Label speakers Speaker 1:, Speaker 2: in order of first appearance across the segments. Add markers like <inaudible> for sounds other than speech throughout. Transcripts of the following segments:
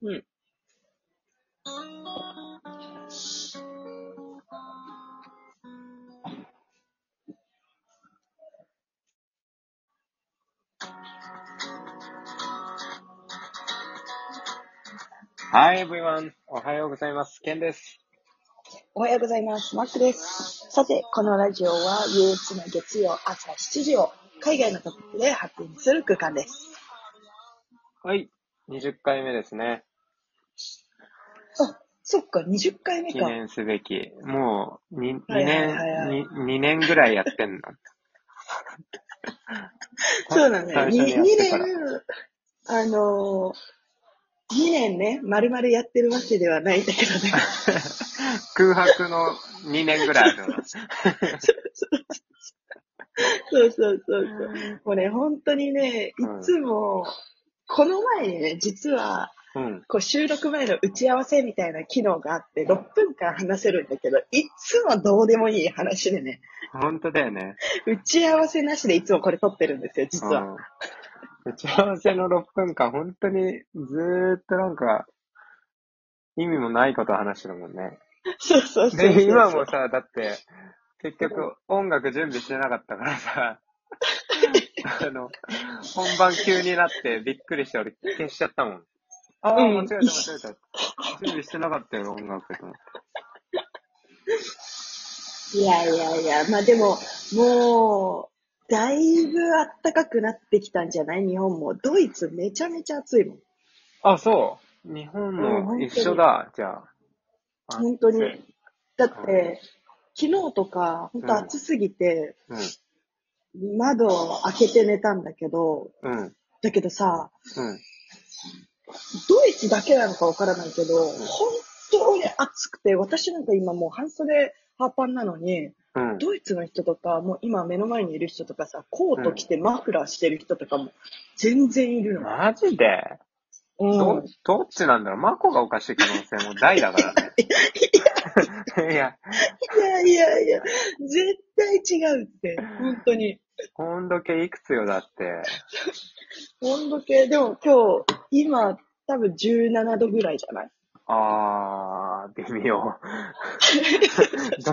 Speaker 1: うん。
Speaker 2: Hi everyone! おはようございます。ケンです。
Speaker 1: おはようございます。マックです。さて、このラジオは憂鬱な月曜朝7時を海外のトピックで発展する空間です。
Speaker 2: はい。20回目ですね。
Speaker 1: あ、そっか、20回目か。
Speaker 2: 記念すべき。もう2、2年、2年ぐらいやってんの。
Speaker 1: <laughs> そうなんだよ。2, 2年、あのー2年ね、丸々やってるわけではないんだけどね。
Speaker 2: 空白の2年ぐらいあるの。
Speaker 1: そうそうそうそう。もうね、本当にね、いつも、うん、この前にね、実は、うん、こう収録前の打ち合わせみたいな機能があって、6分間話せるんだけど、いつもどうでもいい話でね。
Speaker 2: 本当だよね。
Speaker 1: 打ち合わせなしでいつもこれ撮ってるんですよ、実は。うん
Speaker 2: 打ち合わせの6分間、本当にずーっとなんか、意味もないことを話してるもん <laughs> ね。
Speaker 1: <laughs> そうそうそう。
Speaker 2: で、今もさ、だって、結局音楽準備してなかったから <laughs> さ、あの、本番急になってびっくりして俺消しちゃったもん。ああ、間違えた間違えた。準備してなかったよ、音楽と思って
Speaker 1: いやいやいや、まあでも、もう、だいぶ暖かくなってきたんじゃない日本も。ドイツめちゃめちゃ暑いもん。
Speaker 2: あ、そう。日本も一緒だ、じゃ
Speaker 1: あ。本当に。だって、うん、昨日とか、本当暑すぎて、うん、窓を開けて寝たんだけど、うん、だけどさ、ドイツだけなのかわからないけど、本当に暑くて、私なんか今もう半袖、ハーパンなのに、うん、ドイツの人とか、もう今目の前にいる人とかさ、コート着てマフラーしてる人とかも全然いるの。
Speaker 2: マジでうん、どどっちなんだろうマコがおかしい可能性も大だからね。
Speaker 1: <laughs> いや、いやいやいや、絶対違うって、本当に。
Speaker 2: 温度計いくつよ、だって。
Speaker 1: 温度計、でも今日、今、多分17度ぐらいじゃない
Speaker 2: あー、微
Speaker 1: <laughs>
Speaker 2: 妙。ど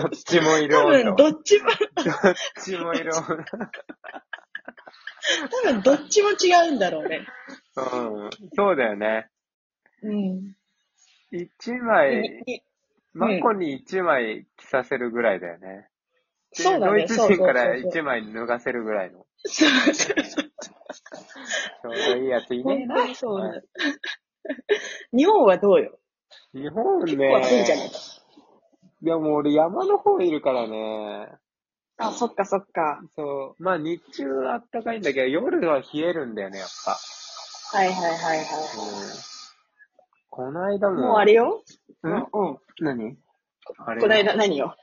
Speaker 2: っちもいる温
Speaker 1: 度。どっちも。
Speaker 2: どっちもいる温度。
Speaker 1: 多分どっちも違うんだろうね。
Speaker 2: うん、そうだよね。
Speaker 1: うん。
Speaker 2: 一枚、マコに一枚着させるぐらいだよね。
Speaker 1: そうだ
Speaker 2: ド
Speaker 1: ね。
Speaker 2: イツ人から一枚脱がせるぐらいの。
Speaker 1: そうそうそ
Speaker 2: ち
Speaker 1: う。
Speaker 2: ょうどいいやついねえな。
Speaker 1: そうだ。日本はどうよ
Speaker 2: 日本ね。
Speaker 1: 結構暑いんじゃないか。
Speaker 2: いやもう俺山の方いるからね。
Speaker 1: あ、そっかそっか。
Speaker 2: そう。まあ日中はあったかいんだけど、夜は冷えるんだよね、やっぱ。
Speaker 1: はいはいはいはい。
Speaker 2: こないだも。
Speaker 1: もうあれよ
Speaker 2: んうん。何
Speaker 1: あれこないだ何よ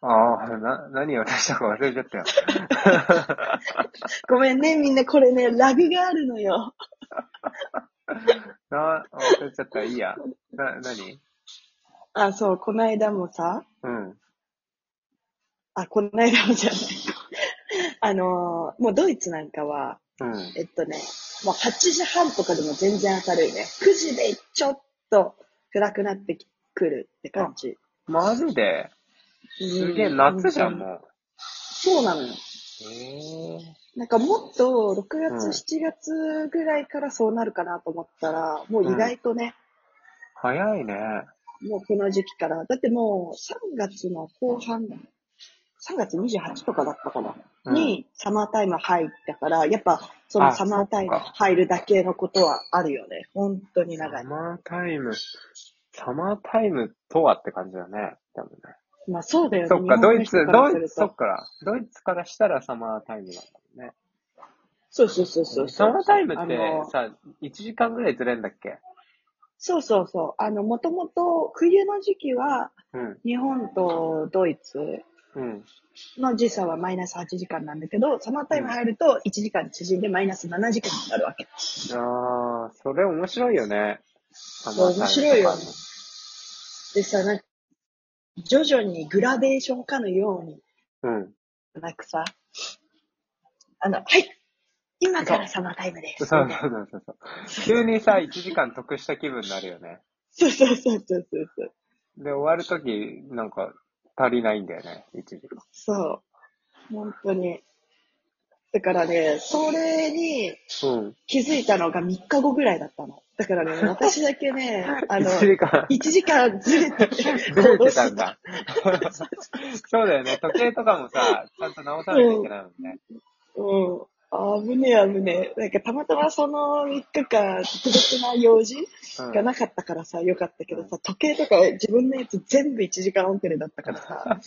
Speaker 2: ああ、な、何を出したか忘れちゃったよ。
Speaker 1: ごめんね、みんなこれね、ラグがあるのよ。
Speaker 2: な、忘れちゃった。いいや。な、なに
Speaker 1: あ、そう、こないだもさ。
Speaker 2: うん。
Speaker 1: あ、こないだもじゃない。 <laughs> あのー、もうドイツなんかは、
Speaker 2: うん、
Speaker 1: えっとね、もう8時半とかでも全然明るいね。9時でちょっと暗くなってくるって感じ。
Speaker 2: マジですげえ夏じゃん、もう。
Speaker 1: そうなのよ。
Speaker 2: へえ。
Speaker 1: なんかもっと6月、うん、7月ぐらいからそうなるかなと思ったら、もう意外とね、
Speaker 2: うん、早いね。
Speaker 1: もうこの時期から。だってもう3月の後半、3月28とかだったかな、うん、にサマータイム入ったから、やっぱそのサマータイム入るだけのことはあるよね。本当に長い。
Speaker 2: サマータイム、サマータイムとはって感じだね。多分ね。
Speaker 1: まあそうだよね。
Speaker 2: そっか、ドイツ、ドイツ、そっか、ドイツからしたらサマータイムなんだもんね。
Speaker 1: そうそうそうそう
Speaker 2: サマータイムってさ、1時間ぐらいずれんだっけ
Speaker 1: そうそうそう。あの、もともと冬の時期は、日本とドイツの時差はマイナス8時間なんだけど、うん、サマータイム入ると1時間縮んでマイナス7時間になるわけ。
Speaker 2: ああ、それ面白いよね。
Speaker 1: そう、面白いよ、ね。でさ、なんか徐々にグラデーションかのように、
Speaker 2: うん。
Speaker 1: なくさ、あの、はい今からそのタイムです。
Speaker 2: そうそうそうそうそう。急にさ、1時間得した気分になるよね。
Speaker 1: そうそうそうそうそうそう。
Speaker 2: で、終わるとき、なんか、足りないんだよね、1時間。
Speaker 1: そう。本当に。だからね、それに
Speaker 2: うん。
Speaker 1: 気づいたのが3日後ぐらいだったの。だからね、
Speaker 2: <laughs>
Speaker 1: 私だけね、あの、
Speaker 2: 1時間、
Speaker 1: 1時間ずれて、
Speaker 2: <laughs> ずれてたん
Speaker 1: <laughs>
Speaker 2: だ。 <laughs> そうだよね、時計とかもさ、ちゃんと直さなきゃいけないもんね。
Speaker 1: うん。あぶねえあぶねえ。なんかたまたまその3日間、特別な用事
Speaker 2: うん
Speaker 1: がなかったからさ、よかったけどさ、時計とか自分のやつ全部1時間遅れだったか
Speaker 2: <laughs>
Speaker 1: らさ、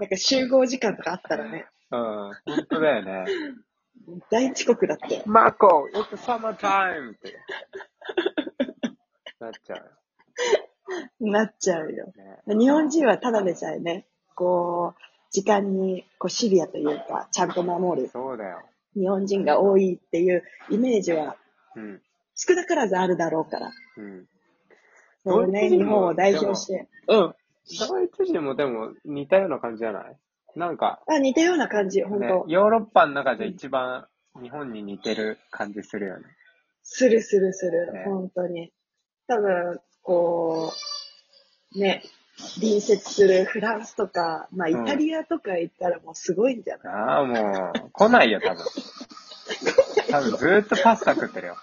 Speaker 1: なんか集合時間とかあったらね、
Speaker 2: うん、本当だよね。
Speaker 1: 大遅刻だって。
Speaker 2: マコ、it's summer time! って。なっちゃう
Speaker 1: なっちゃうよ。
Speaker 2: よね。
Speaker 1: 日本人はただでさえね、こう、時間にこうシビアというか、ちゃんと守る
Speaker 2: そうだよ。
Speaker 1: 日本人が多いっていうイメージは
Speaker 2: うん。
Speaker 1: 少なからずあるだろうから。
Speaker 2: うん。
Speaker 1: そうね、
Speaker 2: ドイツ人も
Speaker 1: 日本を代表して。うん。
Speaker 2: ドイツ人もでも似たような感じじゃないなんか、
Speaker 1: あ、似たような感じ、本
Speaker 2: ね
Speaker 1: 当、、
Speaker 2: ヨーロッパの中じゃ一番日本に似てる感じするよね。
Speaker 1: するするする、
Speaker 2: ね
Speaker 1: 本当に。多分、こう、ね、隣接するフランスとか、まあ、イ
Speaker 2: うん
Speaker 1: タリアとか行ったらもうすごいんじゃない、
Speaker 2: ああ、もう、来ないよ、多 <laughs> 分。多分ずーっとパスタ食ってるよ。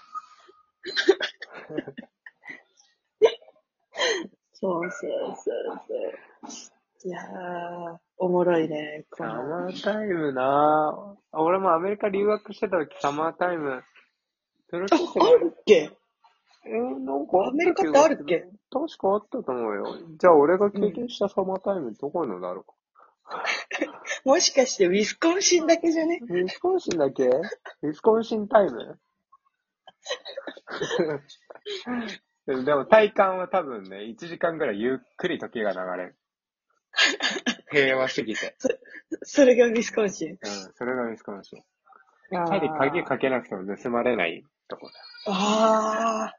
Speaker 1: そうそうそうそう。いやー、おもろいね、こ
Speaker 2: サ
Speaker 1: の。
Speaker 2: マータイムなぁ。俺もアメリカ留学してた時、サマータイム。それ
Speaker 1: あ、
Speaker 2: こそ、
Speaker 1: あるっけ
Speaker 2: えー、なんかあった
Speaker 1: アメリカってあるっけ
Speaker 2: 確かあったと思うよ。じゃあ俺が経験したサマータイムどこのだろ
Speaker 1: もしかしてウィスコンシンだけじゃね
Speaker 2: う、ウィスコンシンだっけウィスコンシンタイムでもでも体感は多分ね、1時間ぐらいゆっくり時が流れ
Speaker 1: <laughs>
Speaker 2: る。平和すぎて。
Speaker 1: それがウィスコンシン。
Speaker 2: うん、それがウィスコンシン。
Speaker 1: チャ
Speaker 2: チャリ鍵かけなくても盗まれないとこ
Speaker 1: ああ、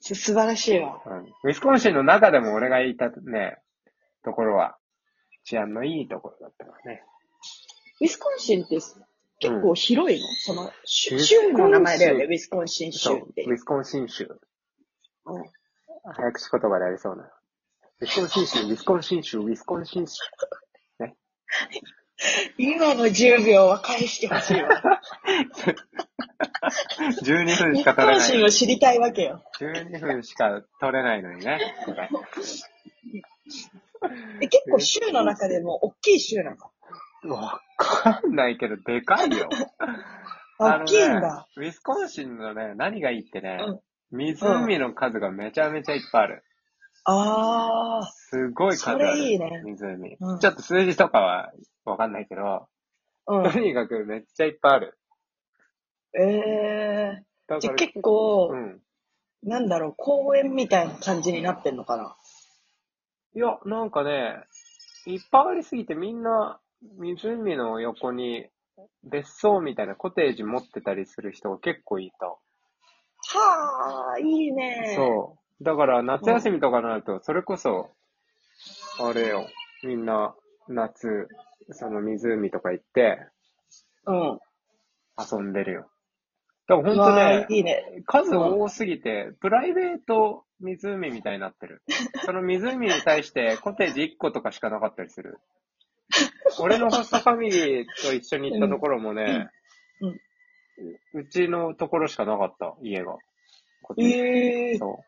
Speaker 1: す素晴らしいわ。
Speaker 2: だ。うん。ウィスコンシンの中でも俺がいたね、ところは、治安のいいところだったからね。
Speaker 1: ウィスコンシンってす結構広いの、その、
Speaker 2: ウ
Speaker 1: 州
Speaker 2: ィスコンシ
Speaker 1: 州
Speaker 2: ン
Speaker 1: の名前だよね、ウィスコンシン州
Speaker 2: そ
Speaker 1: っ
Speaker 2: う、
Speaker 1: て。
Speaker 2: ウィスコンシン州。
Speaker 1: うん
Speaker 2: 早口言葉でありそうな。ウィスコンシン州、ウィスコンシン州、ウィスコンシン州。
Speaker 1: 今の10秒は返してほしいわ。
Speaker 2: 12分
Speaker 1: <laughs> ウィ
Speaker 2: し
Speaker 1: ス
Speaker 2: か取
Speaker 1: コ
Speaker 2: れ
Speaker 1: ン
Speaker 2: な
Speaker 1: シン
Speaker 2: い。
Speaker 1: を知りたいわけよ。
Speaker 2: 12分しか取れないのにね。これ
Speaker 1: え結構州の中でも大きい州なの。
Speaker 2: わかんないけど、でかいよ。
Speaker 1: 大きいんだ。
Speaker 2: あのねウィスコンシンのね、何がいいってね、
Speaker 1: うん
Speaker 2: 湖の数がめちゃめちゃいっぱいある。
Speaker 1: ああ、
Speaker 2: すごい数ある。
Speaker 1: それいいね
Speaker 2: 湖、
Speaker 1: うん
Speaker 2: ちょっと数字とかはわかんないけど、
Speaker 1: うん。
Speaker 2: とにかくめっちゃいっぱいある。
Speaker 1: <laughs> ええ
Speaker 2: だ
Speaker 1: ー。じ
Speaker 2: か
Speaker 1: ゃあ
Speaker 2: ら、
Speaker 1: 結
Speaker 2: う
Speaker 1: 構、
Speaker 2: ん。
Speaker 1: なんだろう、公園みたいな感じになってんのかない
Speaker 2: や、なんかね、いっぱいありすぎてみんな湖の横に別荘みたいなコテージ持ってたりする人が結構いた。
Speaker 1: はあ、いいね。
Speaker 2: そう。だから夏休みとかになると、それこそ、あれよ、みんな夏、その湖とか行って
Speaker 1: う。うん。
Speaker 2: 遊んでるよ。だから
Speaker 1: うわ
Speaker 2: ほん
Speaker 1: あ
Speaker 2: と
Speaker 1: いいね。
Speaker 2: ね、数多すぎて、プライベート湖みたいになって
Speaker 1: <laughs>
Speaker 2: る。その湖に対してコテージ1個とかしかなかったりする。俺のホストファミリーと一緒に行ったところもね、
Speaker 1: うんうん
Speaker 2: ううちのところしかなかった、家が。こっち
Speaker 1: ええー。
Speaker 2: そう。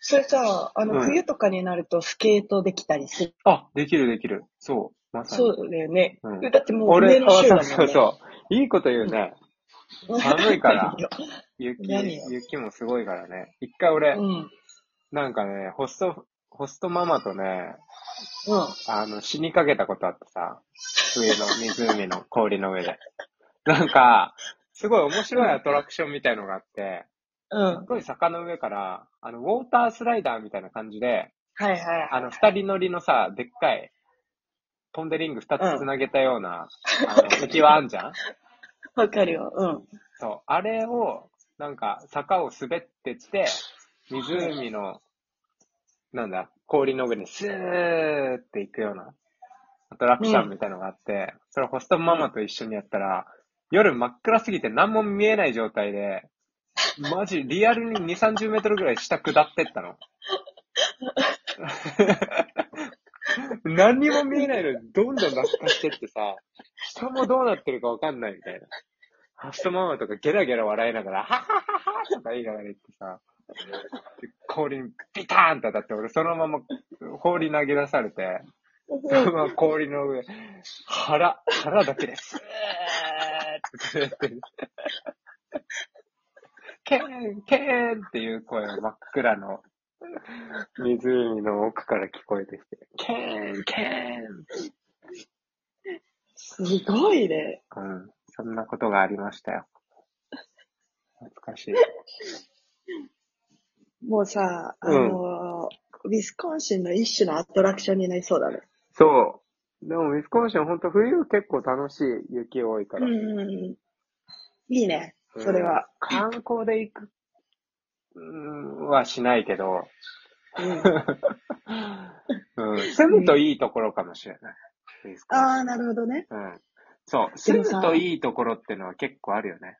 Speaker 1: それさ、あの、
Speaker 2: うん
Speaker 1: 冬とかになるとスケートできたりする。
Speaker 2: あ、できるできる。そう、まさに。
Speaker 1: そうだよね。
Speaker 2: うん
Speaker 1: だってもう
Speaker 2: 俺、
Speaker 1: 上の
Speaker 2: あ
Speaker 1: 週だ
Speaker 2: そ
Speaker 1: もん
Speaker 2: うそ
Speaker 1: ね。
Speaker 2: うそう。いいこと言うね。
Speaker 1: <laughs>
Speaker 2: 寒いから。雪、
Speaker 1: 何よ
Speaker 2: 雪もすごいからね。一回俺、
Speaker 1: うん。うん。
Speaker 2: なんかね、ホスト、ホストママとね、あの、死にかけたことあってさ、上の湖の氷の上で。なんか、すごい面白いアトラクションみたいのがあって、
Speaker 1: うん
Speaker 2: す。ごい坂の上から、あの、ウォータースライダーみたいな感じで、
Speaker 1: はいはいはい。
Speaker 2: あの、二人乗りのさ、でっかい、ポンデリング二つつなげたような、あの、敵はあんじゃん
Speaker 1: わかるよ。
Speaker 2: <laughs>
Speaker 1: うん。
Speaker 2: そう、あれを、なんか、坂を滑ってって、湖の、なんだ、氷の上にスーって行くような、アトラクションみたいのがあって、それホストママと一緒にやったら、夜真っ暗すぎて何も見えない状態で、マジ、リアルに2、30メートルぐらい下下ってったの。何にも見えないのに、どんどん落下してってさ、下もどうなってるかわかんないみたいな。ハストママとかゲラゲラ笑いながら、ははははとか言いながら言ってさ、氷にピターンと当たって、俺そのまま放り投げ出されて、そのまま氷の上、腹、腹だけです。えーって言って、 <laughs> ケーン、ケーンっていう声が真っ暗の湖の奥から聞こえてきて、ケーン、ケーン
Speaker 1: すごいね。
Speaker 2: うん。そんなことがありましたよ。懐かしい。
Speaker 1: もうさ、あの、うん、ウィスコンシンの一種のアトラクションになりそうだね。。
Speaker 2: そう。でもウィスコンシン本当冬結構楽しい。雪多いから。うん
Speaker 1: いいね。それ
Speaker 2: う
Speaker 1: は。
Speaker 2: ん、観光で行く、うん、はしないけど。 <laughs> うん、住むといいところかもしれない。
Speaker 1: ああ、なるほどね。
Speaker 2: うん。そう。住むといいところってのは結構あるよね。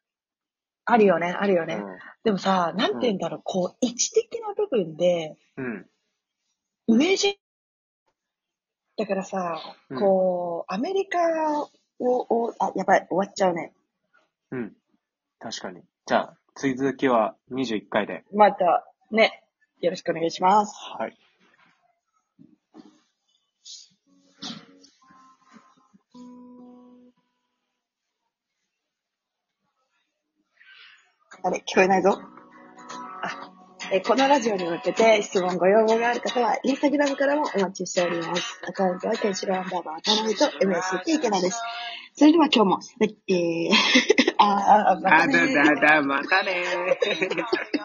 Speaker 1: あるよね、あるよね。うん、でもさ、なんて言うんだろう、うん、こう、位置的な部分で、うん。上じ、だからさ、うん、こう、アメリカを、をあ、やばい、終わっちゃうね。
Speaker 2: うん。確かに。じゃあ、続きは21回で。
Speaker 1: また、ね、よろしくお願いします。
Speaker 2: はい。
Speaker 1: あれ、聞こえないぞ。あ、えこのラジオに向けて質問、ご要望がある方は、インスタグラムからもお待ちしております。アカウントは、ケンシロアンダーバー、たなみと MST 池田です。それでは今日も、えー、あー、またねー。あ、だ、だ、だ、またねー。